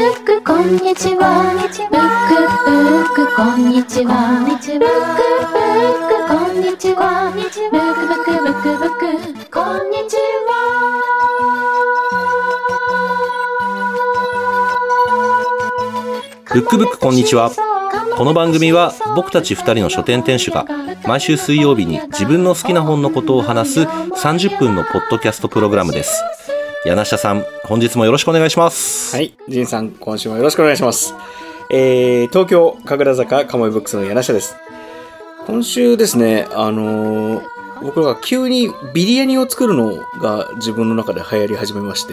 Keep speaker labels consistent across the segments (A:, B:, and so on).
A: んにちは。ブックブックこんにちは。ブックブックこんにちは。ブックブックブックブックこんにちは。
B: ブックブックこんにちはこの番組は僕たち二人の書店店主が毎週水曜日に自分の好きな本のことを話す30分のポッドキャストプログラムです。柳下さん、本日もよろしくお願いします。
C: はい、仁さん、今週もよろしくお願いします。えー、東京、神楽坂、カモイブックスの柳下です。今週ですね、あのー僕らが急にビリヤニを作るのが自分の中で流行り始めまして、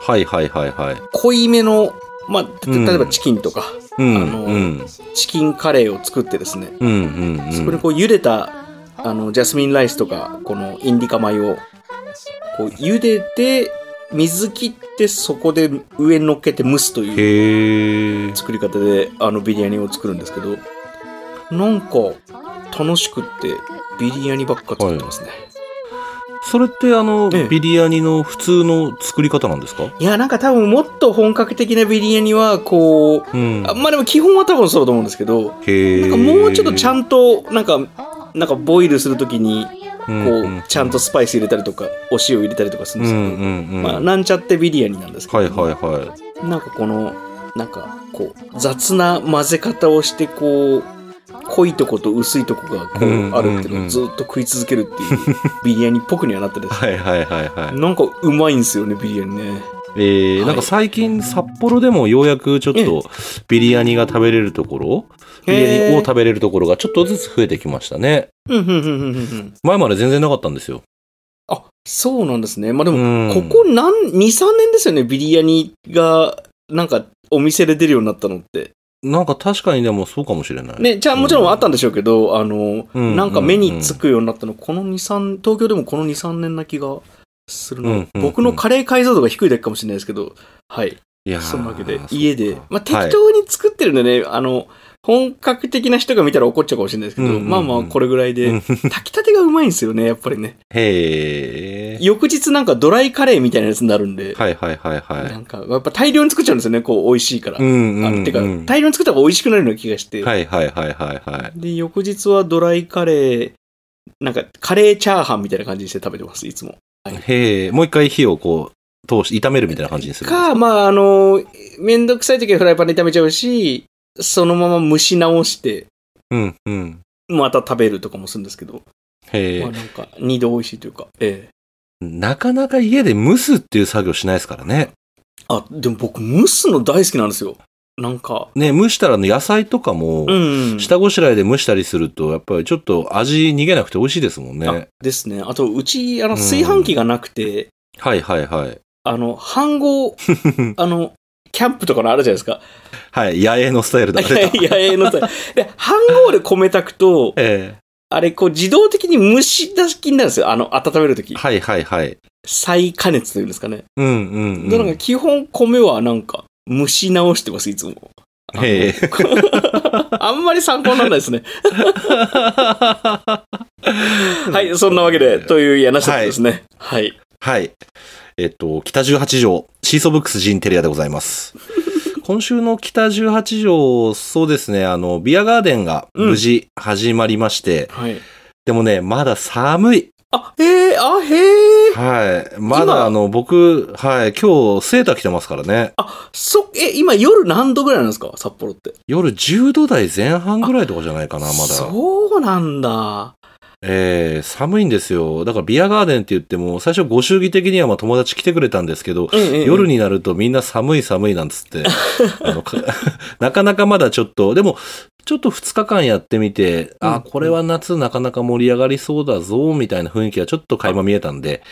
B: はいはいはいはい。
C: 濃いめの、まあ、た
B: うん
C: 例えばチキンとか、
B: うん、
C: あの
B: うん、
C: チキンカレーを作ってですね、
B: うん、うん、
C: そこ
B: う
C: に
B: ん。
C: こう茹でた、あの、ジャスミンライスとか、このインディカ米を、こう茹でて、水切ってそこで上に乗っけて蒸すという。
B: へー。
C: 作り方であのビリヤニを作るんですけどなんか楽しくってビリヤニばっか作ってますね、
B: それってあの、
C: ええ
B: ビリヤニの普通の作り方なんですか
C: い、やなんか多分もっと本格的なビリヤニはこう
B: うん。
C: あまあでも基本は多分そうだと思うんですけど
B: へー。
C: なんかもうちょっとちゃんとなんかなんかボイルするときに
B: う
C: こ
B: ん、う
C: うちゃんとスパイス入れたりとかお塩入れたりとかす
B: う
C: るん
B: ん、う
C: ですけど、
B: ん、うん。
C: まあなんちゃってビリヤニなんですけど、
B: はいはいは
C: なんかこのなんかこう雑な混ぜ方をしてこう濃いとこと薄いとこがこ
B: うん
C: うあるっていう
B: うん
C: の
B: うん
C: をずっと食い続けるっていうビリヤニっぽくにはなってるん
B: い。
C: です
B: はいはいはいはい。
C: なんかうまいんですよねビリヤニね
B: えー
C: はい
B: なんか最近札幌でもようやくちょっ
C: ええ
B: とビリヤニが食べれるところ、ビリヤニを食べれるところがちょっとずつ増えてきましたね。
C: うんうんうんうんうんうん
B: 前まで全然なかったんですよ。
C: あそうなんですねまあでも
B: う
C: こ
B: ん
C: こ何23年ですよねビリヤニがなんかお店で出るようになったのって
B: なんか確かにでもそうかもしれない。
C: ねじゃあもちろんあったんでしょうけど、あの
B: うん、
C: なんか目につくようになったの、この2、3、東京でもこの2、3年な気がするな。
B: うんうんうん
C: 僕のカレー解像度が低いだけかもしれないですけど、はい。
B: いやー
C: そんなわけで
B: そっ、か
C: 家で。まあ、適
B: はい
C: 当に作ってるんでね、あの、本格的な人が見たら怒っちゃうかもしれないですけど、
B: うんうんうん
C: まあまあ、これぐらいで、
B: うん
C: 炊きたてがうまいんですよね、やっぱりね。
B: へえ。
C: 翌日なんかドライカレーみたいなやつになるんで、
B: はいはいはいは。
C: ないんか、やっぱ大量に作っちゃうんですよね、こう、美味しいから。
B: うんうん、
C: あ
B: う
C: の
B: ん。
C: てか、大量に作った方が美味しくなるような気がして。
B: はいはいはいはいはい。
C: で、翌日はドライカレー、なんかカレーチャーハンみたいな感じにして食べてます、いつも。
B: へえ。もう一回火をこう、通して炒めるみたいな感じにする。
C: か、まあ、あの、めんどくさい時はフライパンで炒めちゃうし、そのまま蒸し直して、
B: うんうん。
C: また食べるとかもするんですけど、
B: へ
C: まあ
B: え。
C: なんか、二度美味しいというか、ええ。
B: なかなか家で蒸すっていう作業しないですからね。
C: あ、でも僕、蒸すの大好きなんですよ。なんか、
B: ね、蒸したらあの野菜とかも、
C: うん。
B: 下ごしらえで蒸したりすると、やっぱりちょっと味逃げなくて美味しいですもんね。
C: あですね。あと、うち、あ
B: う
C: の、
B: ん
C: 炊飯器がなくて、
B: はいはいはい。
C: あの、飯 後、あの、キャンプとかのあるじゃないですか。
B: はい、野営のスタイルだ
C: いや
B: ね。
C: いや、ええのさ。で、飯後で米炊くと、
B: え
C: あれ、こう、自動的に蒸し出し器になるんですよ。あの、温めると
B: え
C: き。
B: はいはいはい。
C: 再加熱というんですかね。
B: うんうん、うん。
C: だから、基本、米はなんか、蒸し直してます、い つも。 あの
B: へえ
C: あんまり参考にならないで すね。はい、そんなわけで、という柳下さんですね。はい。
B: はい。えっと、北18条、シーソーブックスジンテリアでございます。今週の北18条、そうですね、あの、ビアガーデンが無事始まりまして、
C: はい。
B: でもね、まだ寒い。
C: あ、へえ、あ、へえ。
B: はい。ま
C: 今
B: だあの、僕、はい、今日セーター着てますからね。
C: そ、え、今夜何度ぐらいなんですか札幌って。
B: 夜10度台前半ぐらいとかじゃないかな、まだ。
C: そうなんだ。
B: えー、寒いんですよ。だからビアガーデンって言っても、最初ご祝儀的にはまあ友達来てくれたんですけど、夜
C: に。
B: になるとみんな寒い寒いなんつ って、あの かなかなかまだちょっと、でも、ちょっと2日間やってみて、
C: うん
B: あ、これは夏なかなか盛り上がりそうだぞ、みたいな雰囲気がちょっと垣間見えたんで、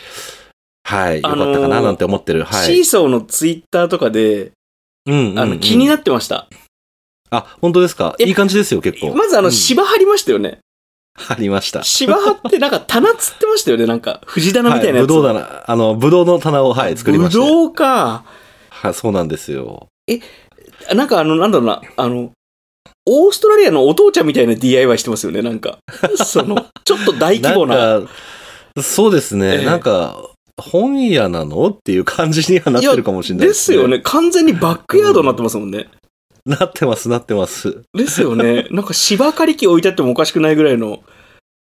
B: はい、よ
C: あ
B: か
C: のー
B: ったかななんて思ってる。は
C: シー
B: い。
C: ソーのツイッターとかで、
B: うんうん
C: あ
B: う
C: の、
B: ん
C: 気になってました。
B: あ、本当ですか
C: いや
B: いい感じですよ、結構。
C: まずあ
B: う
C: の、
B: ん
C: 芝張りましたよね。
B: ありました。
C: 芝張って、なんか棚つってましたよね。なんか、藤棚みたいな
B: は
C: や
B: い、
C: つ。
B: ぶどう棚、あの、ぶどうの棚を、はい、作りました。
C: ぶどうか。
B: はい、そうなんですよ。
C: なんかあの、なんだろうな、あの、オーストラリアのお父ちゃんみたいな DIY してますよね、なんか。その、ちょっと大規模な。
B: んかそうですね、
C: ええ
B: なんか、本屋なのっていう感じにはなってるかもしれない
C: ですよ。ね。完全にバックヤードになってますもんね。
B: なってます、なってます。
C: ですよね。なんか芝刈り機置いてあってもおかしくないぐらいの。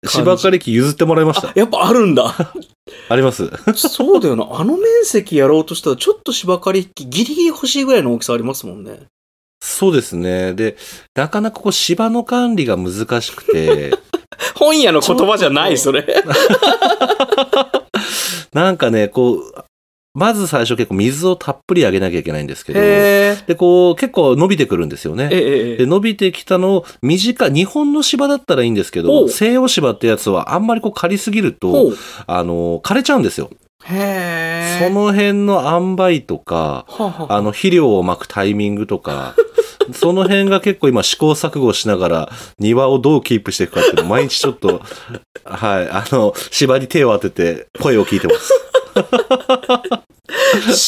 C: じ
B: 芝刈り機譲ってもらいました
C: あ。やっぱあるんだ。
B: あります。
C: そうだよな。あの面積やろうとしたら、ちょっと芝刈り機ギリギリ欲しいぐらいの大きさありますもんね。
B: そうですね。で、なかなかこう芝の管理が難しく て、
C: 本屋の言葉じゃない、それ。
B: なんかね、こう、まず最初結構水をたっぷりあげなきゃいけないんですけど、
C: へー
B: で、こう結構伸びてくるんですよね。
C: えええ
B: で、伸びてきたのを短い、日本の芝だったらいいんですけ
C: お
B: ど、
C: う
B: 西洋芝ってやつはあんまりこう刈りすぎる
C: ほ
B: と、
C: う。
B: あの、枯れちゃうんですよ。
C: へ
B: そ
C: ー
B: の辺の塩梅とか、
C: はあはあ
B: あの、肥料をまくタイミングと か、その辺が結構今試行錯誤しながら庭をどうキープしていくかっていうのを毎日ちょっと、はい、あの、芝に手を当てて声を聞いてます。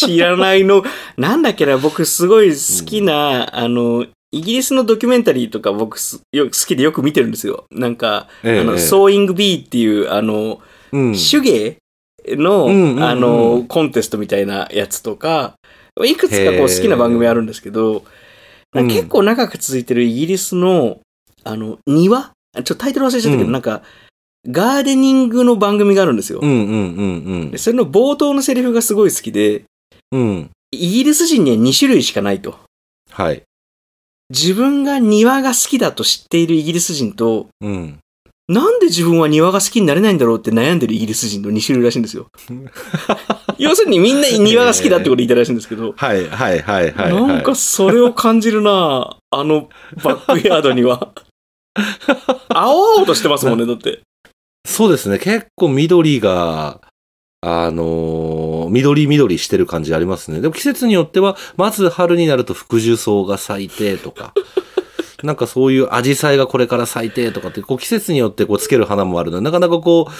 C: 知らないの。なんだっけな、僕すごい好きな、あの、イギリスのドキュメンタリーとか僕すよ好きでよく見てるんですよ。なんか、
B: ええ
C: あ
B: え
C: の、
B: え
C: ソーイングビーっていう、あの、
B: うん。
C: 手芸の、
B: うんうんうん
C: あの、コンテストみたいなやつとか、いくつかこ
B: へ
C: う
B: ー
C: 好きな番組あるんですけど、
B: うん
C: 結構長く続いてるイギリスの、あの、庭ちょっとタイトル忘れちゃったけど、
B: うん
C: なんか、ガーデニングの番組があるんですよ。
B: うんうんうん
C: でそれの冒頭のセリフがすごい好きで、
B: うん。うん。
C: イギリス人には2種類しかないと。
B: はい。
C: 自分が庭が好きだと知っているイギリス人と、
B: うん。
C: なんで自分は庭が好きになれないんだろうって悩んでるイギリス人の2種類らしいんですよ。 要するにみんな庭が好きだってこと言いたいらしいんですけど、
B: はいはいはいはい、はい。
C: なんかそれを感じるなあのバックヤードには。青々としてますもんね、だって。
B: そうですね。結構緑が、あのー緑緑してる感じありますね。でも季節によっては、まず春になると福寿草が咲いてとか、 なんかそういう紫陽花がこれから咲いてとかって、こう季節によってこうつける花もあるので、なかなかこう、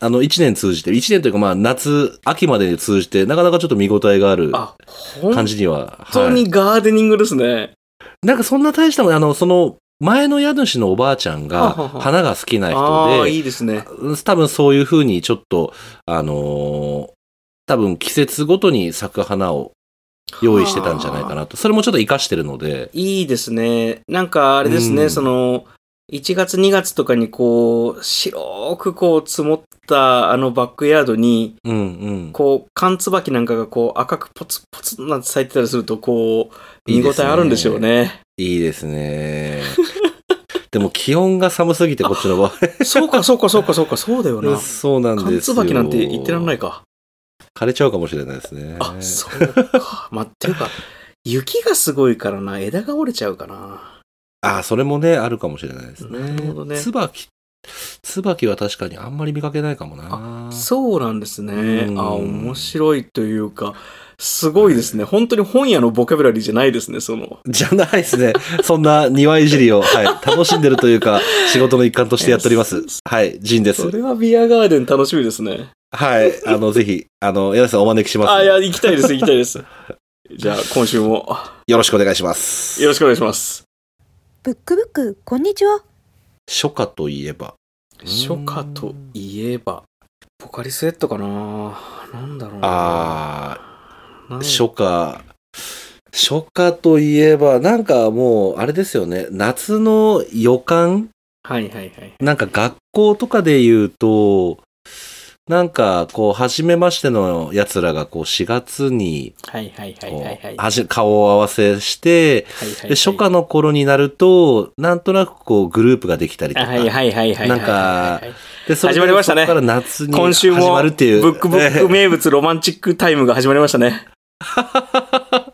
B: あの、一年通じて、一年というかまあ夏、秋まで通じて、なかなかちょっと見応えがある
C: あ、
B: 感
C: 本
B: じには。
C: 当
B: はい
C: にガーデニングですね。
B: なんかそんな大したもんあの、その、前の家主のおばあちゃんが、
C: ははは
B: 花が好きな人
C: ああ、
B: で、
C: いいですね。
B: 多分そういう風にちょっと、あのー多分季節ごとに咲く花を用意してたんじゃないかなと。それもちょっと活かしてるので。
C: いいですね。なんかあれですね、
B: うん
C: その、1月2月とかにこう、白くこう積もったあのバックヤードに、
B: うんうん。
C: こう、缶椿なんかがこう赤くポツポツなんて咲いてたりすると、こう、
B: い
C: 見
B: いで
C: 応え
B: すね
C: あるんでしょうね。
B: いいですね。 でも気温が寒すぎてこっちの場
C: そうか、そうか、そうか、そうか、そうだよ
B: 合。
C: な。
B: そうなんです
C: 缶
B: よ。
C: 椿なんて言ってらんないか。
B: 枯れちゃうかもしれないですね。
C: あ、そうか。まあ、っていうか、雪がすごいからな、枝が折れちゃうかな。
B: あ、それもね、あるかもしれないですね。
C: なるほどね
B: 椿。椿は確かにあんまり見かけないかもな。
C: そうなんですね。
B: うん
C: あ、面白いというか、すごいですね。本当に本屋のボキャブラリーじゃないですね、その。
B: じゃないですね。そんな庭いじりを、はい、楽しんでるというか、仕事の一環としてやっております。はい、ジンです
C: そ。れはビアガーデン楽しみですね。
B: はい、あの、ぜひ、あの、柳さんお招きしま
C: あ、
B: す
C: い。や、行きたいです、行きたいです。じゃあ、今週も
B: よろしくお願いします。
C: よろしくお願いします。
D: ブックブック、こんにちは。
B: 初夏といえば。
C: 初夏といえば、ポカリスエットかななんだろうな。
B: あ
C: なん
B: ー、初夏。初夏といえば、なんかもう、あれですよね。夏の予感
C: はいはいはい。
B: なんか学校とかで言うと、なんか、こう、初めましての奴らが、こう、4月に、
C: はいはいはい
B: こ
C: は
B: う
C: いはい。
B: はじ顔を合わせして、
C: はいはいはい
B: で、初夏の頃になると、なんとなくこう、グループができたりと
C: あ
B: か。
C: はいはいはいはいはい。
B: なんか、で、それで
C: 始まりましたね
B: そこから夏に
C: 今週
B: 始
C: も、
B: まる
C: ブ
B: っていう。
C: ックブック名物ロマンチックタイムが始まりましたね。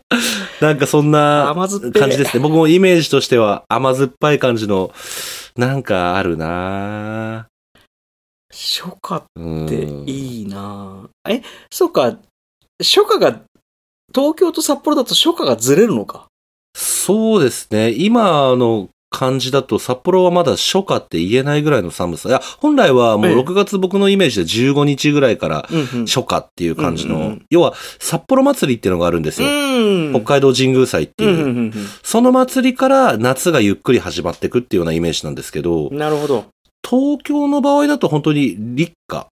B: なんかそんな
C: 甘酸っぱい。
B: 感じですね。僕もイメージとしては甘酸っぱい感じの、なんかあるな
C: 初夏っ
B: ぁ
C: て
B: うん
C: いいなぁえ、そうか、初夏が、東京と札幌だと初夏がずれるのか。
B: そうですね。今の感じだと札幌はまだ初夏って言えないぐらいの寒さ。いや、本来はも
C: ええ
B: う6月僕のイメージで15日ぐらいから
C: うん、うん。
B: 初夏っていう感じ
C: うんうんう
B: の
C: ん、
B: 要は札幌祭りっていうのがあるんですよ。
C: うん。
B: 北海道神宮祭って
C: う
B: い
C: んう
B: う。
C: ん
B: その祭りから夏がゆっくり始まっていくっていうようなイメージなんですけど
C: うん。、なるほど。
B: 東京の場合だと本当に立夏、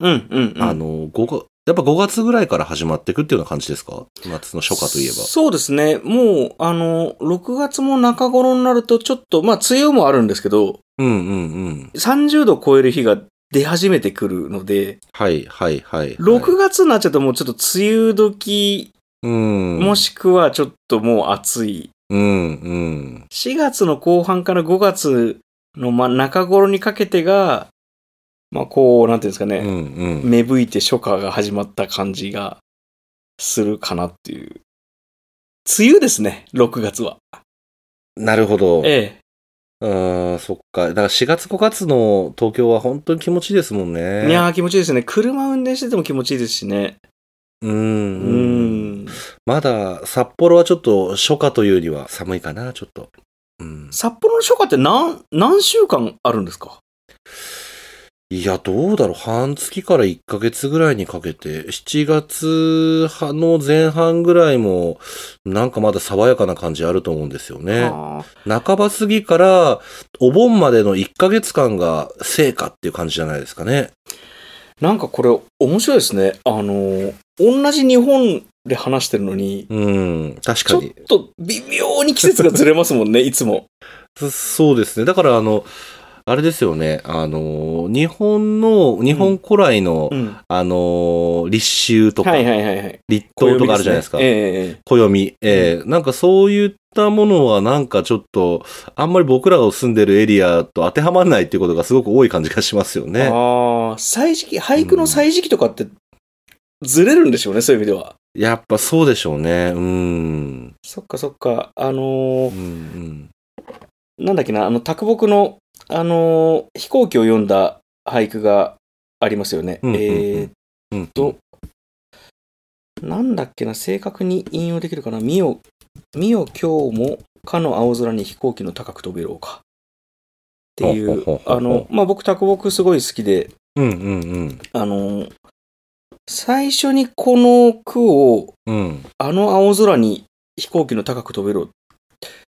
C: うんうん、うん。
B: あの、5やっぱ5月ぐらいから始まっていくっていうような感じですか夏の初夏といえば。
C: そうですね。もう、あの、6月も中頃になると、ちょっと、まあ、梅雨もあるんですけど、
B: うんうんうん。
C: 30度超える日が出始めてくるので、
B: はいはいはい、はい。
C: 6月になっちゃうともうちょっと梅雨時、
B: うん。
C: もしくはちょっともう暑い。
B: うんうん。
C: 4月の後半から5月のまあ中頃にかけてが、まあ、こう、なんていうんですか
B: うん
C: ね、
B: うん。
C: 芽吹いて初夏が始まった感じがするかなっていう。梅雨ですね、6月は。
B: なるほど。
C: ええ。
B: あーそっか。だから4月5月の東京は本当に気持ちいいですもんね。
C: いやー気持ちいいですね。車運転してても気持ちいいですしね。
B: うん
C: う
B: うん。
C: ん。
B: まだ札幌はちょっと初夏というよりは寒いかな、ちょっと。うん。
C: 札幌の初夏って何、何週間あるんですか
B: いや、どうだろう。半月から1ヶ月ぐらいにかけて、7月の前半ぐらいも、なんかまだ爽やかな感じあると思うんですよね。
C: あー
B: 半ば過ぎから、お盆までの1ヶ月間が成果っていう感じじゃないですかね。
C: なんかこれ面白いですね。あのー、同じ日本で話してるのに、
B: うん、確
C: ち
B: か
C: ょっ
B: に。
C: と微妙に季節がずれますもんね、いつも。
B: そそうですね。だから、あの、あれですよね。あの、日本の、日本古来の、
C: うん。
B: あの、立秋とか、
C: はいはいはいはい。
B: 立冬とかあるじゃないですか。
C: ええ
B: 暦。ええなんかそういったものは、なんかちょっと、あんまり僕らが住んでるエリアと当てはまらないっていうことがすごく多い感じがしますよ
C: ええ
B: ね。
C: ああ、歳時期、俳句の歳時期とかってずれるんでしょうね、そういう意味では。
B: やっぱそうでしょうね。うん。
C: そっかそっか。あの
B: うんう
C: ー
B: ん、
C: なんだっけな、あの、卓木の、あのー飛行機を読んだ俳句がありますよね。
B: うんうんうん
C: えーっ
B: うんうん
C: と、なんだっけな、正確に引用できるかな。見よ、見よ今日も、かの青空に飛行機の高く飛べろうか。ってい
B: ほうほうほう
C: う、
B: ほう
C: あの、まあ、僕、卓木すごい好きで、
B: うんうん
C: あの、最初にこの句を、
B: うん。うん。
C: あの青空に飛行機の高く飛べろ、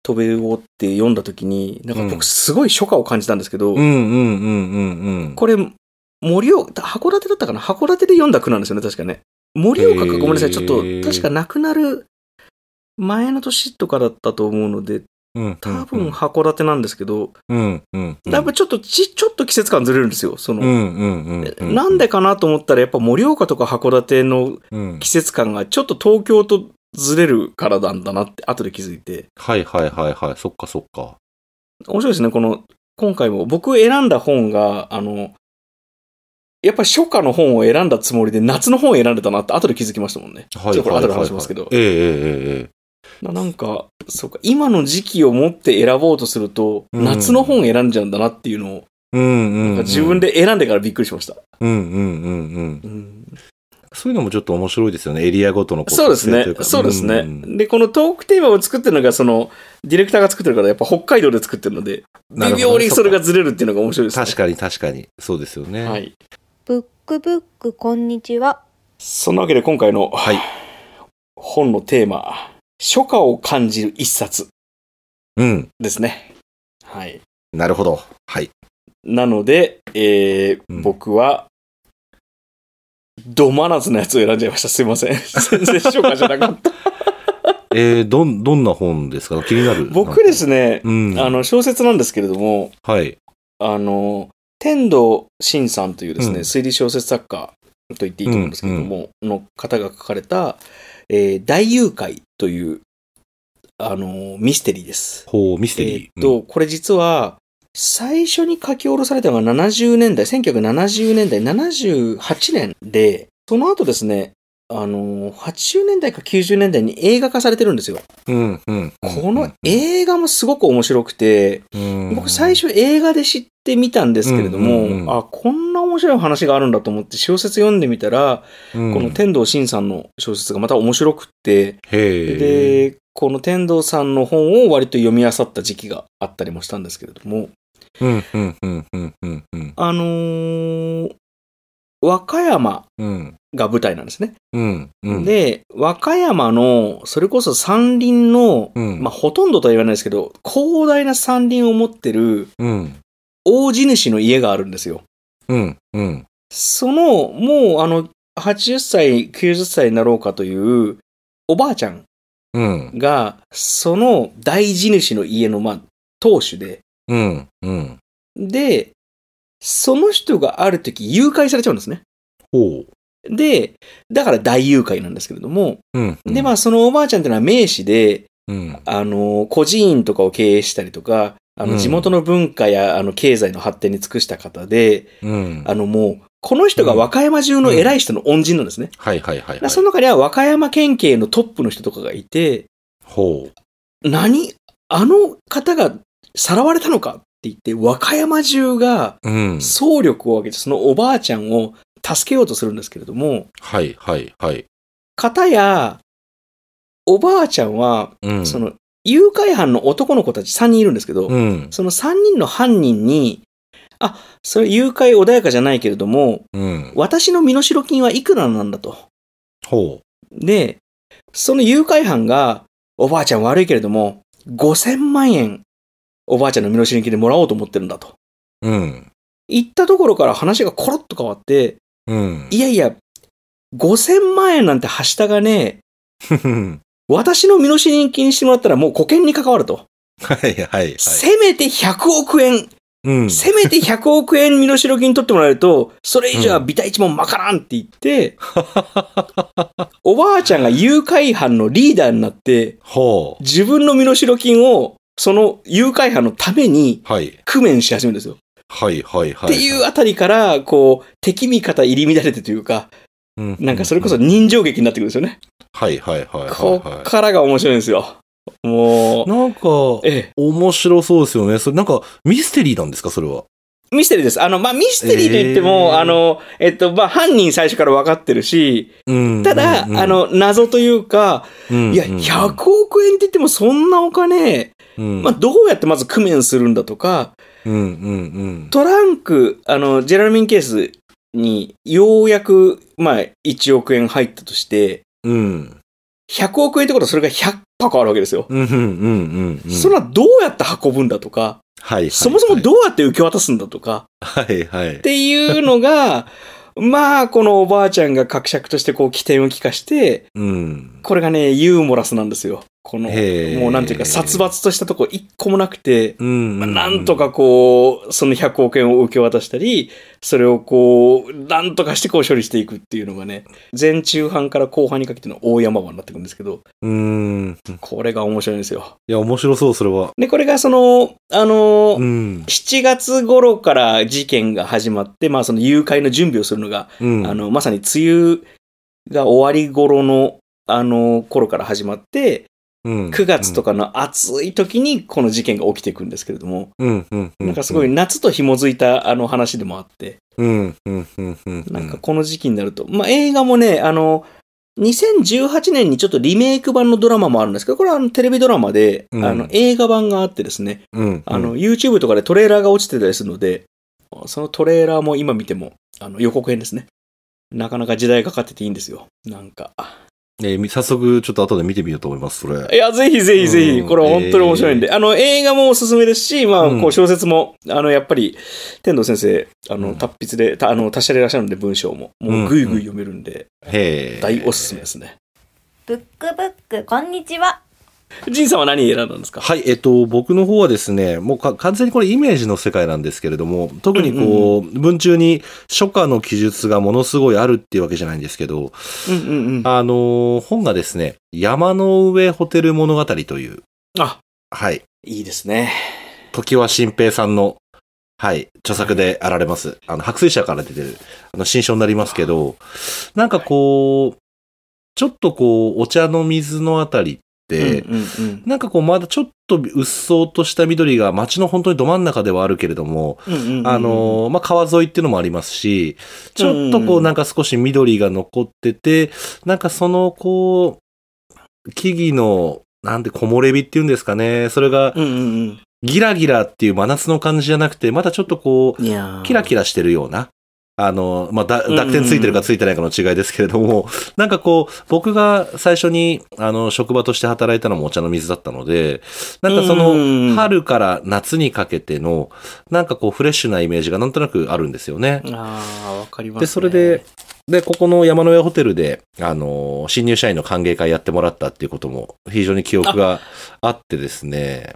C: 飛べよって読んだ時に、なんか
B: うん
C: 僕すごい初夏を感じたんですけど、
B: うんうんうんうんうん。
C: これ、森岡、函館だったかな函館で読んだ句なんですよね、確かね。森岡か、
B: へー
C: ごめんなさい、ちょっと、確か亡くなる前の年とかだったと思うので、
B: うん
C: 多分函館なんですけど、
B: うんうんうん。
C: やっぱちょっとち、ちょっと季節感ずれるんですよ、その。
B: うんうんうんうん。
C: なんでかなと思ったら、やっぱ盛岡とか函館の
B: うん
C: 季節感がちょっと東京とずれるからなんだなって、後で気づいて。
B: はいはいはいはい。そっかそっか。
C: 面白いですね、この、今回も。僕選んだ本が、あの、やっぱり初夏の本を選んだつもりで、夏の本を選んでたなって、後で気づきましたもんね。
B: はいはいはいはい。
C: ちょっとこれ後で話しますけど
B: ええええええ。
C: ななんか、そうか、今の時期をもって選ぼうとすると、
B: うん
C: 夏の本を選んじゃうんだなっていうのを、
B: うんうんうん。
C: 自分。で選んでからびっくりしました。
B: うんうんうんうん。
C: うん
B: そういうのもちょっと面白いですよね。エリアごとのこ
C: そうですね
B: 特性とい。か
C: そうですね
B: ん。
C: で、このトークテーマを作ってるのが、その、ディレクターが作ってるから、やっぱ北海道で作ってるので、
B: なる
C: 微
B: ほど
C: 妙にそれがずれるっていうのが面白いですね。
B: 確かに確かに。そうですよね。
C: はい。
D: ブックブックこんにちは。
C: そんなわけで今回の、
B: はい
C: 本のテーマ、初夏を感じる一冊
B: うん。
C: ですね。はい。
B: なるほど。はい。
C: なので、えー
B: うん
C: 僕は、ドマナズのやつを選んじゃいました。すいません。 全然初夏じゃなか った。
B: えー、どん、どんな本ですか気になる。
C: 僕ですね、
B: うん。
C: あ、の、小説なんですけれども、
B: はい。
C: あの、天童真さんというですね、
B: うん
C: 推理小説作家と言っていいと思うんですけれども、の方が書かれた、えー大誘拐という、あの、ミステリーです。
B: ほう、ミステ
C: え
B: リー
C: ー。っと、これ実は、最初に書き下ろされたのが70年代、1970年代、78年で、その後ですね、あのー、80年代か90年代に映画化されてるんですよ。
B: うん、うんうん。
C: この映画もすごく面白くて、
B: うん、
C: 僕最初映画で知ってみたんですけれど
B: うんうんうん
C: も、あ、こんな面白い話があるんだと思って小説読んでみたら、
B: うん、
C: この天童真さんの小説がまた面白くって、
B: へえ。
C: で、この天童さんの本を割と読み漁った時期があったりもしたんですけれども、
B: うん、うん、うん、うん、うん、うん
C: あのー和歌山
B: うん。
C: が舞台なんですね。
B: うん、うん。、
C: で、和歌山の、それこそ山林の、
B: うん、
C: まあ、ほとんどとは言わないですけど、広大な山林を持ってる
B: うん、
C: 大地主の家があるんですよ。
B: うん、うん。
C: その、もう、あの、 80歳、90歳になろうかという、おばあちゃん
B: うん。
C: が、その大地主の家の、まあ、当主で、
B: うん。うん。
C: で、その人がある時誘拐されちゃうんですね。
B: ほ
C: で、だから大誘拐なんですけれども、
B: う。うん。
C: で、まあ、そのおばあちゃんってのは名士で、
B: うん。
C: あの、孤児院とかを経営したりとか、あ
B: う
C: の、
B: ん
C: 地元の文化や、あの、経済の発展に尽くした方で、
B: うん。
C: あの、もう、この人が和歌山中の偉い人の恩人なんですね。
B: はいはいはい、
C: だか
B: は
C: ら
B: い。
C: その中には和歌山県警のトップの人とかがいて、
B: ほ
C: 何あの方がさらわれたのかって言って、和歌山中が
B: う。うん。
C: 総力を挙げて、そのおばあちゃんを助けようとするんですけれども、
B: はいはいはい。
C: 方や、おばあちゃんは、
B: うん。
C: その、誘拐犯の男の子たち3人いるんですけど、
B: うん。
C: その3人の犯人に、あ、それ誘拐穏やかじゃないけれども、
B: うん。
C: 私の身代金はいくらなんだと。
B: ほ
C: で、その誘拐犯が、おばあちゃん悪いけれども、5000万円、おばあちゃんの身代金でもらおうと思ってるんだと。
B: う。うん。
C: 言ったところから話がコロッと変わって、
B: うん。
C: いやいや、5000万円なんてはしたがね、
B: ふふん
C: 私の身代金にしてもらったらもう保険に関わると。
B: はいはいはい。
C: せめて100億円、
B: うん。
C: せめて100億円身代金取ってもらえると、それ以上はビタ一文まからんって 言って、おばあちゃんが誘拐犯のリーダーになって、
B: ほう。
C: 自分の身代金を、その誘拐犯のために、
B: はい。
C: 工面し始めるんですよ。
B: はいはいはい。
C: っていうあたりから、こう、敵味方入り乱れてというか、
B: うん、
C: なんかそれこそ人情劇になってくるんですよね。
B: はいはいはいはい、
C: こっ
B: は
C: からが面白いんですよ。も
B: い。
C: う、
B: なんか、
C: え
B: 面白そうですよね。それなんか、ミステリーなんですかそれは。
C: え、ミステリーです。あの、まあ、ミステリーと言って
B: え
C: も、
B: ー
C: あの、えっと、まあ、犯人最初から分かってるし、
B: うん。
C: ただ、
B: うん
C: あ、の、謎というか、
B: うん
C: いや、100、億円って言ってもそんなお金、
B: うん、
C: まあ、どうやってまず工面するんだとか、
B: うんうんうん。
C: トランク、あの、ジェラルミンケースに、ようやく、まあ、1億円入ったとして、
B: うん。
C: 100億円ってことはそれが100箱あるわけですよ。
B: うんうんうんうん。
C: それはどうやって運ぶんだとか、
B: はいはい。
C: そもそもどうやって受け渡すんだとか、
B: はいはい
C: っ。ていうのが、まあ、このおばあちゃんが格尺としてこう起点を利かして、
B: うん。
C: これがね、ユーモラスなんですよ。この、
B: へー
C: もうなんていうか、殺伐としたとこ一個もなくて、
B: うん、
C: ま
B: う
C: あ
B: ん。
C: なんとかこう、その100億円を受け渡したり、それをこう、なんとかしてこう処理していくっていうのがね、前中半から後半にかけての大山場になってくるんですけど、
B: うん。
C: これが面白いんですよ。
B: いや、面白そう、それは。
C: で、これがその、あの、
B: うん。
C: 7月頃から事件が始まって、まあその誘拐の準備をするのが、
B: うん。
C: あ、の、まさに梅雨が終わり頃の、あの、頃から始まって、
B: うん、
C: 9月と
B: か。
C: かの暑い時にこの事件が起きていくんですけれども、
B: うんうんうん。
C: なんかすごい、夏と紐づいたあの話でもあって、
B: うんうんうんうん。
C: なんか、この時期になると、まあ、映画もね、あの、2018年にちょっとリメイク版のドラマもあるんですけど、これはあのテレビドラマで、
B: うん
C: あの映画版があってですね、
B: うん。
C: あの、、YouTube とかでトレーラーが落ちてたりするので、そのトレーラーも今見ても、あの予告編ですね。なかなか時代かかってていいんですよ。なんか。
B: えーみ早速、ちょっと後で見てみようと思います、それ。
C: いや、ぜひぜひぜひ、
B: うん
C: これ本当に面白いんで、あの、映画もおすすめですし、まあ、
B: うん
C: こう、小説も、あの、やっぱり、天童先生、あ
B: う
C: の、
B: ん
C: 達筆で、たあの、達者でいらっしゃるんで、文章も、もう、ぐいぐい読めるんで、
B: へえ。
C: 大おすすめですね。
D: ブックブックこんにちは
C: ジンさんは何選んだんですか
B: はい、えっと、僕の方はですね、もうか完全にこれイメージの世界なんですけれども、特にこう、文中に初夏の記述がものすごいあるっていうわけじゃないんですけど、
C: うんうんうん。
B: あのー本がですね、山の上ホテル物語という、
C: あ、
B: はい、
C: いいですね。
B: 時は新平さんの、はい、著作であられます。あの、白水社から出てる、あの、新書になりますけど、なんかこう、ちょっとこう、お茶の水のあたりって、
C: うんうんうん。
B: なんかこう、まだちょっとうっそうとした緑が街の本当にど真ん中ではあるけれども、
C: うんうんうんうん
B: あ、のーまあ、川沿いっていうのもありますし、ちょっと
C: うんうん
B: こ
C: う
B: うんなんか少し緑が残ってて、なんかそのこう、木々の、なんて木漏れ日っていうんですかね、それが
C: うんうん
B: ギラギラっていう真夏の感じじゃなくて、まだちょっとこ
C: うん。いや
B: う、キラキラしてるような、あのー、まあ、だ濁点ついてるかついてないかの違いですけれども、 なんかこう、僕が最初に、あの、職場として働いたのもお茶の水だったので、なんかその、
C: の、
B: 春から夏にかけての、なんかこうフレッシュなイメージがなんとなくあるんですよね。
C: ああ、わかります、ね。
B: で、それで、で、ここの山の上ホテルで、あのー新入社員の歓迎会やってもらったっていうことも、非常に記憶があってですね。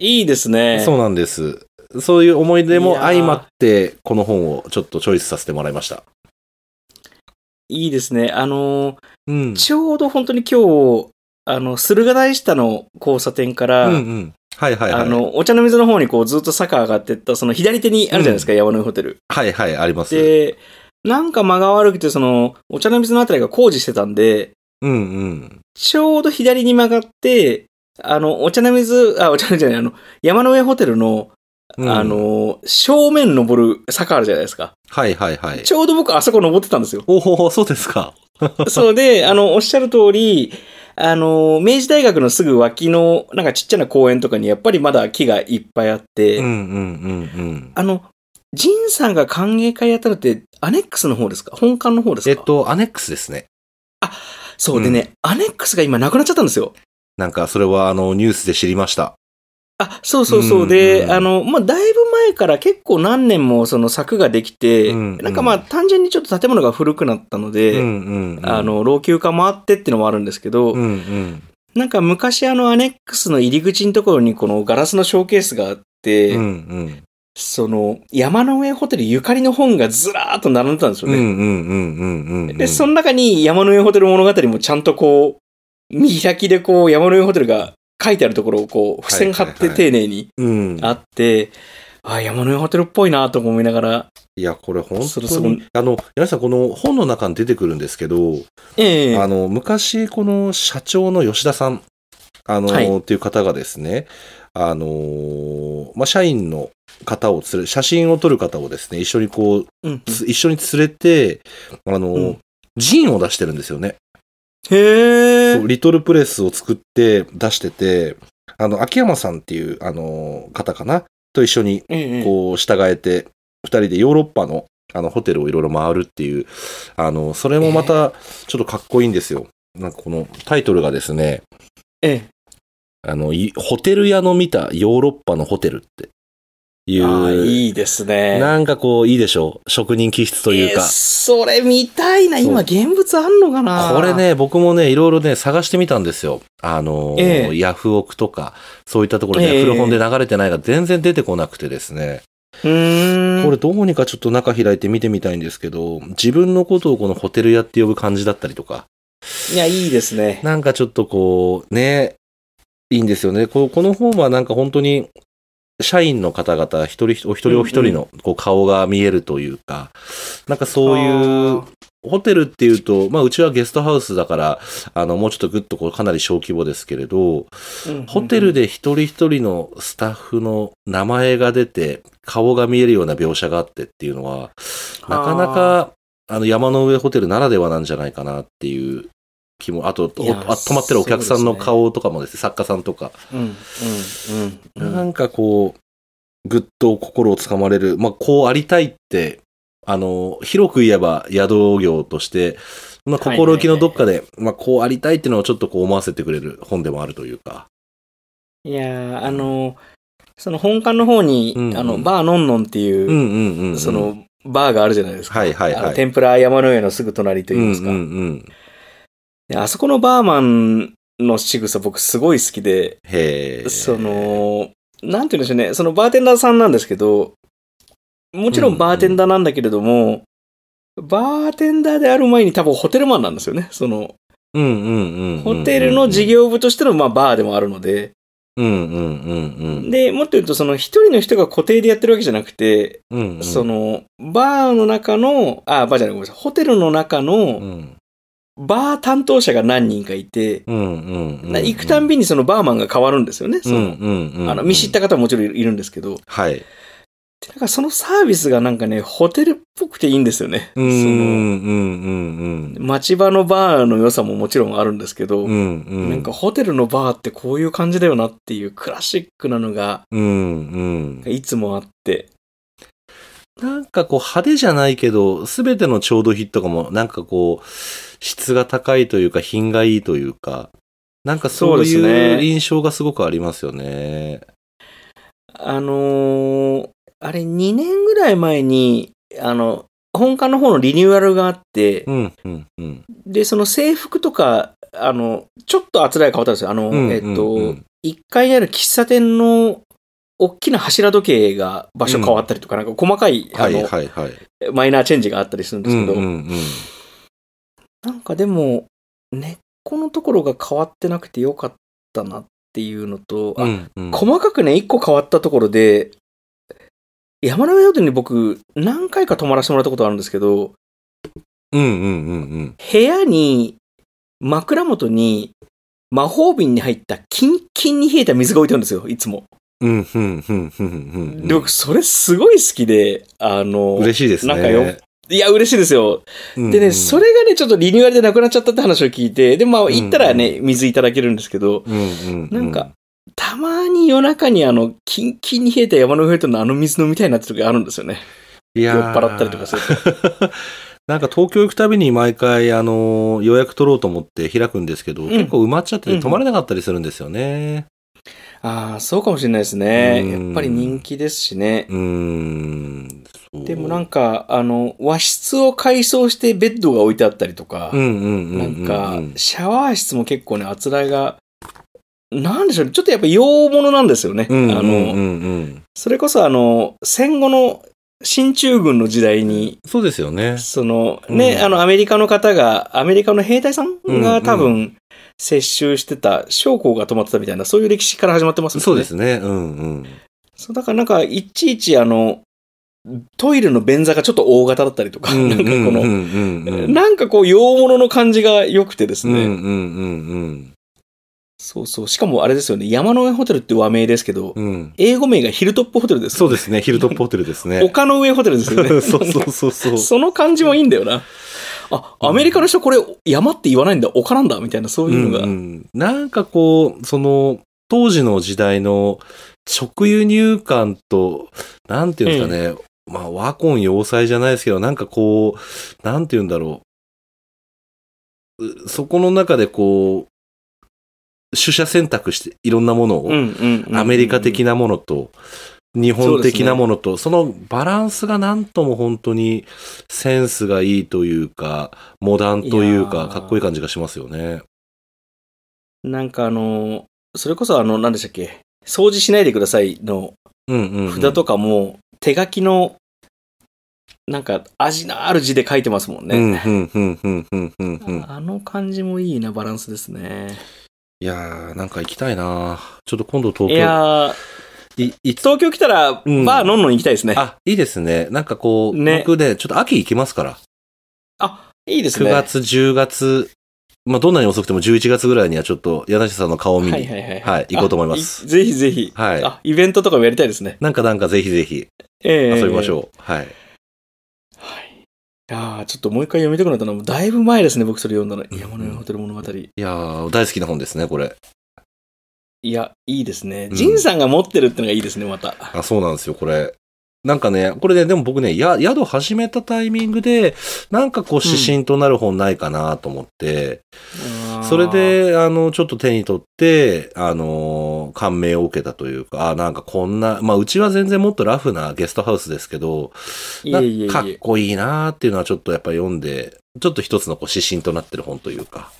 C: いいですね。
B: そうなんです。そういう思い出
C: い
B: も
C: やー
B: 相まって、この本をちょっとチョイスさせてもらいました。
C: いいですね。あのー
B: うん。
C: ちょうど本当に今日、あの、駿河台下の交差点から、
B: うんうん。はいはいはい。
C: あの、お茶の水の方にこうずっと坂上がってった、その左手にあるじゃないですか、山の上ホテル。
B: はいはい、あります。
C: で、なんか間が悪くて、その、お茶の水のあたりが工事してたんで、
B: うんうん。
C: ちょうど左に曲がって、あの、お茶の水、あ、お茶の水じゃない、あの、山の上ホテルの、
B: うん
C: あ、の、正面登る坂あるじゃないですか。
B: はいはいはい。。
C: ちょうど僕あそこ登ってたんですよ
B: おお、そうですか。
C: そうで、あの、おっしゃる通り、あの、明治大学のすぐ脇の、なんかちっちゃな公園とかにやっぱりまだ木がいっぱいあって、
B: うんうんうんうん。
C: あの、ジンさんが歓迎会やったのって、アネックスの方ですか本館の方ですか
B: えっ、と、アネックスですね。
C: そうでね、アネックスが今なくなっちゃったんですよ。
B: なんか、それはあの、ニュースで知りました。
C: あ、そうそうそう。
B: うん
C: で、あの、まあ、だいぶ前から結構何年もその柵ができて、
B: うん
C: なんかまあ、単純にちょっと建物が古くなったので、
B: うんうんうん
C: あ、の、老朽化もあってっていうのもあるんですけど、
B: うんうん。
C: なんか昔あのアネックスの入り口のところにこのガラスのショーケースがあっ
B: うん
C: て、
B: うん。
C: その山の上ホテルゆかりの本がずらーっと並んでたんですよ
B: うんう
C: ね。
B: んうんうんうんうん。
C: で、その中に山の上ホテル物語もちゃんとこう、見開きでこう山の上ホテルが書いてあるところをこう、付箋貼っ
B: はいはい
C: て
B: はい
C: 丁寧に
B: うん。
C: あって、あ、山の上ホテルっぽいなと思いながら、
B: いや、これ本
C: そろ
B: 当
C: そろ
B: に、あの、柳さん、この本の中に出てくるんですけど、
C: ええ
B: あの、昔、この社長の吉田さん、あの、
C: はい
B: っていう方がですね、あの、まあ、社員の方を連れ、写真を撮る方をですね、一緒にこう、
C: うん
B: つ一緒に連れて、あの、
C: うん
B: ジンを出してるんですよね。
C: へ
B: そう
C: え。
B: リトルプレスを作って出してて、あの、秋山さんっていう、あの、方かなと一緒に、
C: ええ
B: こう、従えて、二人でヨーロッパの、あの、ホテルをいろいろ回るっていう、あの、それもまた、ちょっとかっこいいんですよ。なんかこの、タイトルがですね、
C: ええ
B: あの、いホテル屋の見たヨーロッパのホテルってい
C: あ
B: う、
C: いいですね。
B: なんかこう、いいでしょう。職人気質というか。
C: ええそれ見たいな。
B: そう
C: 今、現物あんのかな
B: これ。ね、僕もね、いろいろね、探してみたんですよ。あのー、
C: ええ
B: ヤフオクとか、そういったところで、
C: ええ
B: 古本で流れてないが全然出てこなくてですね。
C: うーん。
B: これどうにかちょっと中開いて見てみたいんですけど、自分のことをこのホテル屋って呼ぶ感じだったりとか、
C: いや、いいですね。
B: なんかちょっとこう、ね、いいんですよね。ここの本はなんか本当に、社員の方々、一人一人、お一人お一人のこう顔が見えるというか、なんかそういうホテルっていうと、まあ、うちはゲストハウスだから、あの、もうちょっとぐっとこう、かなり小規模ですけれど、
C: うん
B: ホテル、で一人一人のスタッフの名前が出て、顔が見えるような描写があってっていうのは、なかなか、あの、山の上ホテルならではなんじゃないかなっていう気も、あと、
C: いや
B: おあ泊まってるお客さん
C: そう
B: の
C: ですね
B: 顔とかもですね、作家さんとか、
C: うん、うん、うん
B: なんかこう、ぐっと心をつかまれる。まあ、こうありたいって、あの、広く言えば宿業として、まあ、
C: はいはいはい
B: 心意気のどっかで、まあ、こうありたいっていうのをちょっとこう思わせてくれる本でもあるというか。
C: いやーあの、その本館の方に、
B: うんうん
C: あの、バーノンノンっていう、
B: うんうんうんうん。
C: そ、の、バーがあるじゃないですか。
B: はいはいはい
C: あの天ぷら山の上のすぐ隣と
B: う
C: いい
B: ん
C: ま
B: う
C: すか、
B: んうん。
C: であそこのバーマンの仕草僕すごい好きで、
B: へえ。
C: そ、の、なんて言うんでしょうね、そのバーテンダーさんなんですけど、もちろんバーテンダーなんだけれども、バーテンダーである前に多分ホテルマンなんですよね。その、
B: うんうんうんうんうん。
C: ホテルの事業部としての、まあ、バーでもあるので、
B: うんうんうんうん。
C: で、もっと言うと、その一人の人が固定でやってるわけじゃなくて、
B: うんうん、
C: そ、の、バーの中の、あ、バーじゃない、ごめんなさい、ホテルの中
B: う
C: の、
B: ん
C: バー担当者が何人かいて、
B: うんうんうん。
C: な行くたんびにそのバーマンが変わるんですよね。そ
B: うん
C: の、
B: うんうん。
C: あの、見知った方ももちろんいるんですけど、
B: はい。
C: でなんかそのサービスがなんかね、ホテルっぽくていいんですよね。
B: うんう
C: その、
B: んうんうん
C: 町場のバーの良さももちろんあるんですけど、
B: うん。うんうん。
C: なんか、ホテルのバーってこういう感じだよなっていうクラシックなのが
B: うんうん。
C: いつもあって、
B: なんかこう派手じゃないけど、すべての調度品とかも、なんかこう、質が高いというか、品がいいというか、なんかそう
C: そう
B: い
C: です
B: う
C: ね
B: 印象がすごくありますよね。
C: あのーあれ2年ぐらい前に、あの、本館の方のリニューアルがあって、
B: うん、うん、うん。
C: で、その制服とか、あの、ちょっとあつらい変わったんですよ。あの、
B: うん
C: えっ
B: うんう
C: と
B: ん、
C: 1階にある喫茶店の大きな柱時計が場所変わったりとか、なんか細かい、あ
B: はい、
C: の、
B: はい、はい。
C: マイナーチェンジがあったりするんで
B: う
C: す
B: ん、
C: けど、
B: うん、うん。
C: なんかでも、根っこのところが変わってなくてよかったなっていうのと、あ
B: うん、うん。
C: 細かくね、一個変わったところで、山の上ホテルに僕、何回か泊まらせてもらったことあるんですけど、
B: うん、うん、うん、うん。
C: 部屋に、枕元に、魔法瓶に入ったキンキンに冷えた水が置いてあるんですよ、いつも。
B: うん、うん、うん、うん、うん。
C: で、僕、それすごい好きで、あの、
B: 嬉しいですね。
C: なんかよいや、嬉しいですよ。
B: うん。
C: でね、それがね、ちょっとリニューアルでなくなっちゃったって話を聞いて、で、まあ、
B: ん
C: 行ったらね、水いただけるんですけど、
B: うん、うん、う
C: なんか、たまに夜中にあの、キンキンに冷えた山の上とのあの水飲みたいなって時があるんですよね。
B: いやー
C: 酔っ払ったりとかする
B: なんか東京行くたびに毎回、あのー予約取ろうと思って開くんですけど、
C: ん
B: 結構埋まっちゃって
C: うん
B: て泊まれなかったりするんですよね。
C: ああ、そうかもしれないですね。
B: うん
C: やっぱり人気ですしね
B: う。ーん。そう
C: でもなんか、あの、和室を改装してベッドが置いてあったりとか、
B: うんうんうんう
C: なん
B: うんん。
C: か、シャワー室も結構ね、あつらいが、なんでしょうね、ちょっとやっぱ洋物なんですよね。
B: うんうん
C: あ
B: うん
C: の、
B: うん。
C: それこそあの、戦後の進駐軍の時代に、
B: そうですよね。
C: その、ね、
B: うん
C: あの、アメリカの方が、アメリカの兵隊さん
B: うんう
C: が
B: ん
C: 多分、接収してた、将校が泊まってたみたいな、そういう歴史から始まってますもんね。
B: そうですね。うんうん。
C: そう、だからなんか、いちいちあの、トイレの便座がちょっと大型だったりとか、
B: うん
C: なんかこ
B: うんう
C: の、
B: んうんうん。
C: なんかこう、洋物の感じが良くてです
B: うん
C: ね、
B: うんうん
C: そうそう。しかもあれですよね、山の上ホテルって和名ですけど、
B: うん。うん。
C: 英語名がヒルトップホテルです
B: そ
C: よ
B: う
C: ね、
B: ですね。ヒルトップホテルですね。
C: 丘の上ホテルですよ
B: そう
C: ね。
B: そうそうそう。
C: その感じもいいんだよな。あ、アメリカの人これ山って言わないんだ、丘なんだ、みたいなそういうのが。
B: んんなんかこう、その、当時の時代の直輸入感と、なんていうんですかね、まあ、ワコン要塞じゃないですけど、なんかこう、なんていうんだろう。うそこの中でこう、取捨選択して、いろんなものを、
C: んうん
B: アメリカ的
C: な。
B: なものと、日本的なものと、そのバランスがなんとも本当にセンスがいいというか、モダンという
C: いや
B: か、
C: ー
B: かっこいい感じがしますよね。
C: なんかあの、それこそあの、何でしたっけ、掃除しないでくださいの
B: うんうん、うん。
C: 札とかも、手書きの、なんか味のある字で書いてますもんね。
B: うん、うん、うん、うん、うん、うん。
C: あの感じもいいな、バランスですね。
B: いやー、なんか行きたいなちょっと今度東
C: い
B: 京。
C: やー、
B: い、いつ、
C: 東京来たら、バ
B: うん
C: ーのんのん行きたいですね。
B: あ、いいですね。なんかこう、
C: ね
B: 僕ね、ちょっと秋行きますから。
C: いいです
B: 9
C: ね。
B: 月、10月、まあ、どんなに遅くても11月ぐらいにはちょっと、柳下さんの顔を見に、
C: は
B: はいい
C: はいはい。
B: 行こうと思います。
C: あ。ぜひぜひ。
B: はい。
C: あ、イベントとかもやりたいですね。
B: なんかなんかぜひぜひ
C: ええ
B: 遊びましょう。はい。
C: はい。ああ、ちょっともう一回読みたくなったのは、だいぶ前ですね、僕それ読んだの。
B: うん
C: 山の上ホテル物語。い
B: いやー、大好きな本ですね、これ。
C: や、いいですね。
B: うん
C: ジンさんが持ってるってのがいいですね、また。
B: あ、そうなんですよ、これ。なんかね、これね、でも僕ね、や、宿始めたタイミングで、なんかこう、指針となる本ないかなと思って、それで、あの、ちょっと手に取って、あの、感銘を受けたというか、あ、なんかこんな、まあ、うちは全然もっとラフなゲストハウスですけど、
C: いえいえいえ
B: なかっこいいなーっていうのはちょっとやっぱり読んで、ちょっと一つのこう指針となってる本というか。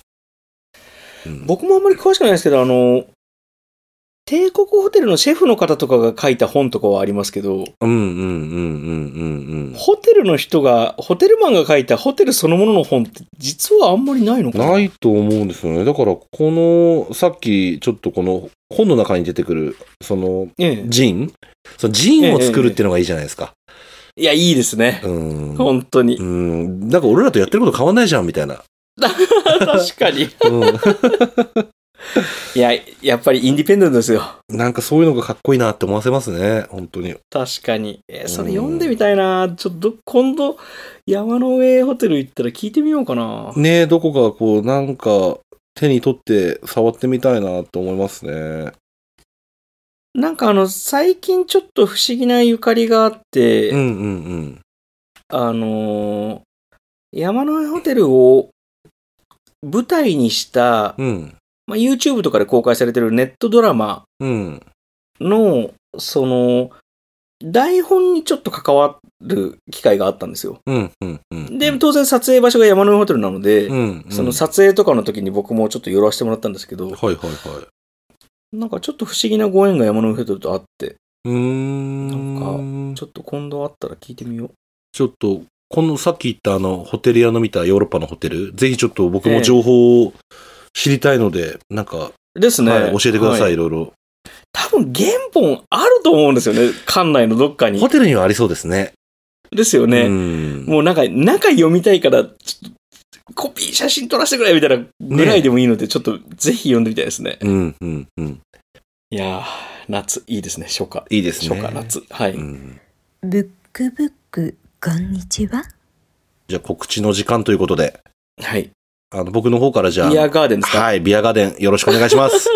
B: うん
C: 僕もあんまり詳しくないですけど、あの、帝国ホテルのシェフの方とかが書いた本とかはありますけど、
B: うんうんうんうんうん
C: ホテルの人が、ホテルマンが書いたホテルそのものの本って、実はあんまりないの
B: う
C: か
B: ん。
C: な
B: ないと思うんですよね。だから、この、さっきちょっとこの本の中に出てくる、その、
C: ええ
B: ジンそのジンを作るっていうのがいいじゃないですか。
C: いや、いいですね。
B: うん。
C: 本当に
B: う。ん、なんか俺らとやってること変わんないじゃんみたいな。
C: 確かに。
B: う
C: いや、やっぱりインディペンデントですよ。
B: ん、なんかそういうのがかっこいいなって思わせますね、本当に。
C: 確かに。えーそれ読んでみたいな。ちょっと、今度、山の上ホテル行ったら聞いてみようかな。
B: ねえ、どこかこう、なんか手に取って触ってみたいなと思いますね。
C: なんかあの、最近ちょっと不思議なゆかりがあって、
B: うんうんうん。
C: あのー山の上ホテルを舞台にした、
B: うん。
C: まあ、YouTube とかで公開されてるネットドラマ
B: うん。
C: の、その、台本にちょっと関わる機会があったんですよ。
B: うん、うん、うん。
C: で、当然撮影場所が山の上ホテルなので、
B: うん、うん
C: その撮影とかの時に僕もちょっと寄らせてもらったんですけど、
B: はいはいはい。
C: なんかちょっと不思議なご縁が山の上ホテルとあって、
B: うーん。
C: ちょっと今度あったら聞いてみよう。
B: ちょっと、このさっき言ったあの、ホテル屋の見たヨーロッパのホテル、ぜひちょっと僕
C: え
B: も
C: え
B: 情報を知りたいので、なんか、
C: ですね。
B: はい、教えてください、、
C: はい
B: ろいろ。
C: 多分原本あると思うんですよね。館内のどっかに
B: ホ。テルにはありそうですね。
C: ですよ
B: う
C: ね。
B: ん。
C: もうなんか中読みたいから、ちょっとコピー写真撮らせてくれみたいなぐらいでもいいので、ちょっとぜひ読んでみたいですね。
B: うん、うん、うん。
C: いやー、夏、いいですね、初夏。
B: いいですね。
C: 初夏、夏。はい。
B: うん
D: ブックブック、こんにちは。
B: じゃあ告知の時間ということで、
C: はい。
B: あの、僕の方からじゃあ、
C: ビアガーデンですか、
B: はい、ビアガーデンよろしくお願いし ます。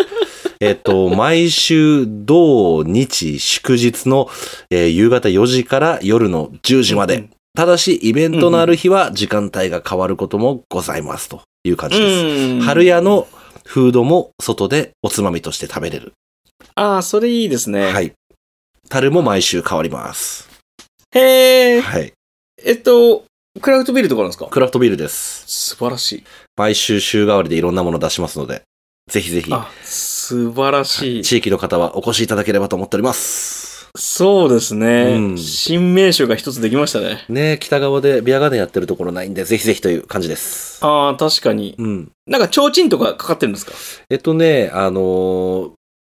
B: えっと、毎週、土日祝日の、えー夕方4時から夜の10時まで。ただし、イベントのある日は時間帯が変わることもございますという感
C: う
B: じです。
C: ん。
B: 春屋のフードも外でおつまみとして食べれる。
C: ああ、それいいですね。
B: はい。樽も毎週変わります。
C: へえ。
B: はい。
C: えっと、クラフトビールとかなんですか
B: クラフトビールです。
C: 素晴らしい。
B: 毎週週替わりでいろんなもの出しますので、ぜひぜひ、
C: あ、素晴らしい。
B: 地域の方はお越しいただければと思っております。
C: そうですね。
B: うん
C: 新名所が一つできましたね。
B: ね北側でビアガーデンやってるところないんで、ぜひぜひという感じです。
C: ああ、確かに。
B: うん。
C: なんか、提灯とかかかってるんですか
B: えっとね、あのー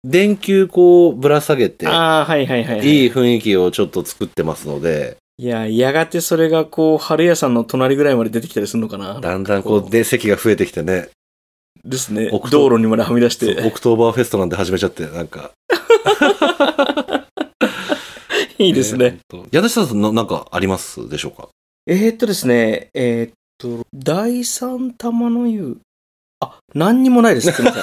B: 電球こうぶら下げて、
C: ああ、はいはいはいはい。
B: いい雰囲気をちょっと作ってますので、
C: いや、やがてそれがこう、春屋さんの隣ぐらいまで出てきたりするのかな
B: だんだんこう、で、席が増えてきてね、
C: ですね。
B: 奥と
C: 道路にまではみ出し
B: そうオ
C: て。
B: クトーバーフェストなんて始めちゃって、なんか。
C: い
B: い
C: いですね。。
B: 矢田さんの、なんかありますでしょうか
C: えーっとですね、えーっと、第三玉の湯。あ、何にもないです。すいません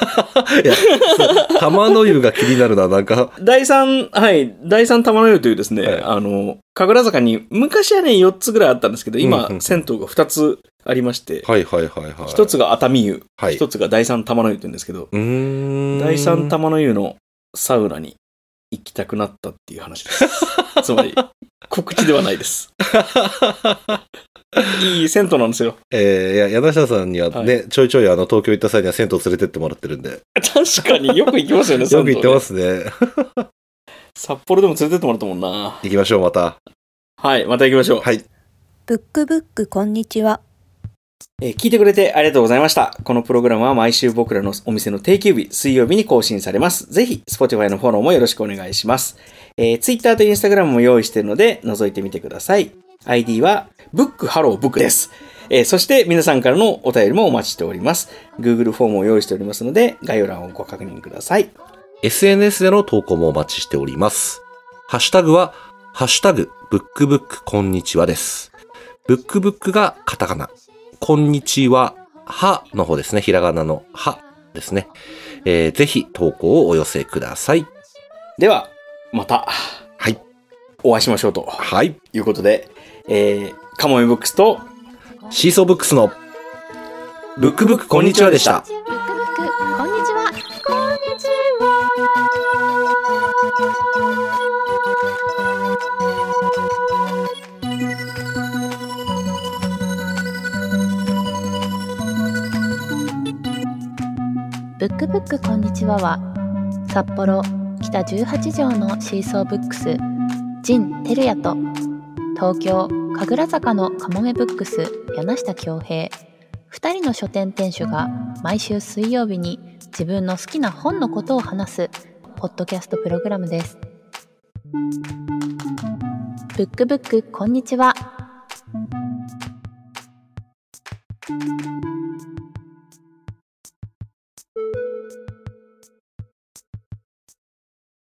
B: いや、そう玉の湯が気になるな、なんか。
C: 第三、はい、第三玉の湯というですね、
B: はい
C: あの、神楽坂に、昔はね、4つぐらいあったんですけど、今、
B: うんうん
C: 銭湯が2つありまして、
B: はいはいはいはい。
C: 一1つが熱海湯、
B: はい。
C: 1つが第三玉の湯って言うんですけど、
B: うーん。
C: 第三玉の湯のサウナに行きたくなったっていう話 です。つまり、告知ではない です。いい銭湯なんですよ。
B: えー、いや、柳下さんにはね、ちょいちょいあの、東京行った際には銭湯連れてってもらってるんで、
C: 確かによく行きますよね、。
B: よく行ってますすね。
C: 札幌でも連れてってもらったもんな。
B: 行きましょう、また。
C: はい、また行きましょう。
B: はい。
D: ブックブック、こんにちは。
C: えー聞いてくれてありがとうございました。このプログラムは毎週僕らのお店の定休日、水曜日に更新されます。ぜひ、Spotify のフォローもよろしくお願いします。えー Twitter と Instagram も用意しているので、覗いてみてください。ID は、ブックハローブックです。えーそして、皆さんからのお便りもお待ちしております。Google フォームを用意しておりますので、概要欄をご確認ください。
B: SNS での投稿もお待ちしております。ハッシュタグは、ハッシュタグ、ブックブックこんにちはです。ブックブックがカタカナ。こんにちは、はの方ですね。ひらがなのはですね。えー、ぜひ投稿をお寄せください。
C: では、また、
B: はい。
C: お会いしましょうと
B: はい。
C: いうことで、えー、カモメブックスと、
B: シーソーブックスの、ブックブックこんにちはでした。
A: ブックブックこんにちはこんにちはブックブックこんにちはは札幌北18条のシーソーブックス陣照也と東京神楽坂のかもめブックス柳下恭平2人の書店店主が毎週水曜日に自分の好きな本のことを話すポッドキャストプログラムです。ブックブックこんにちは。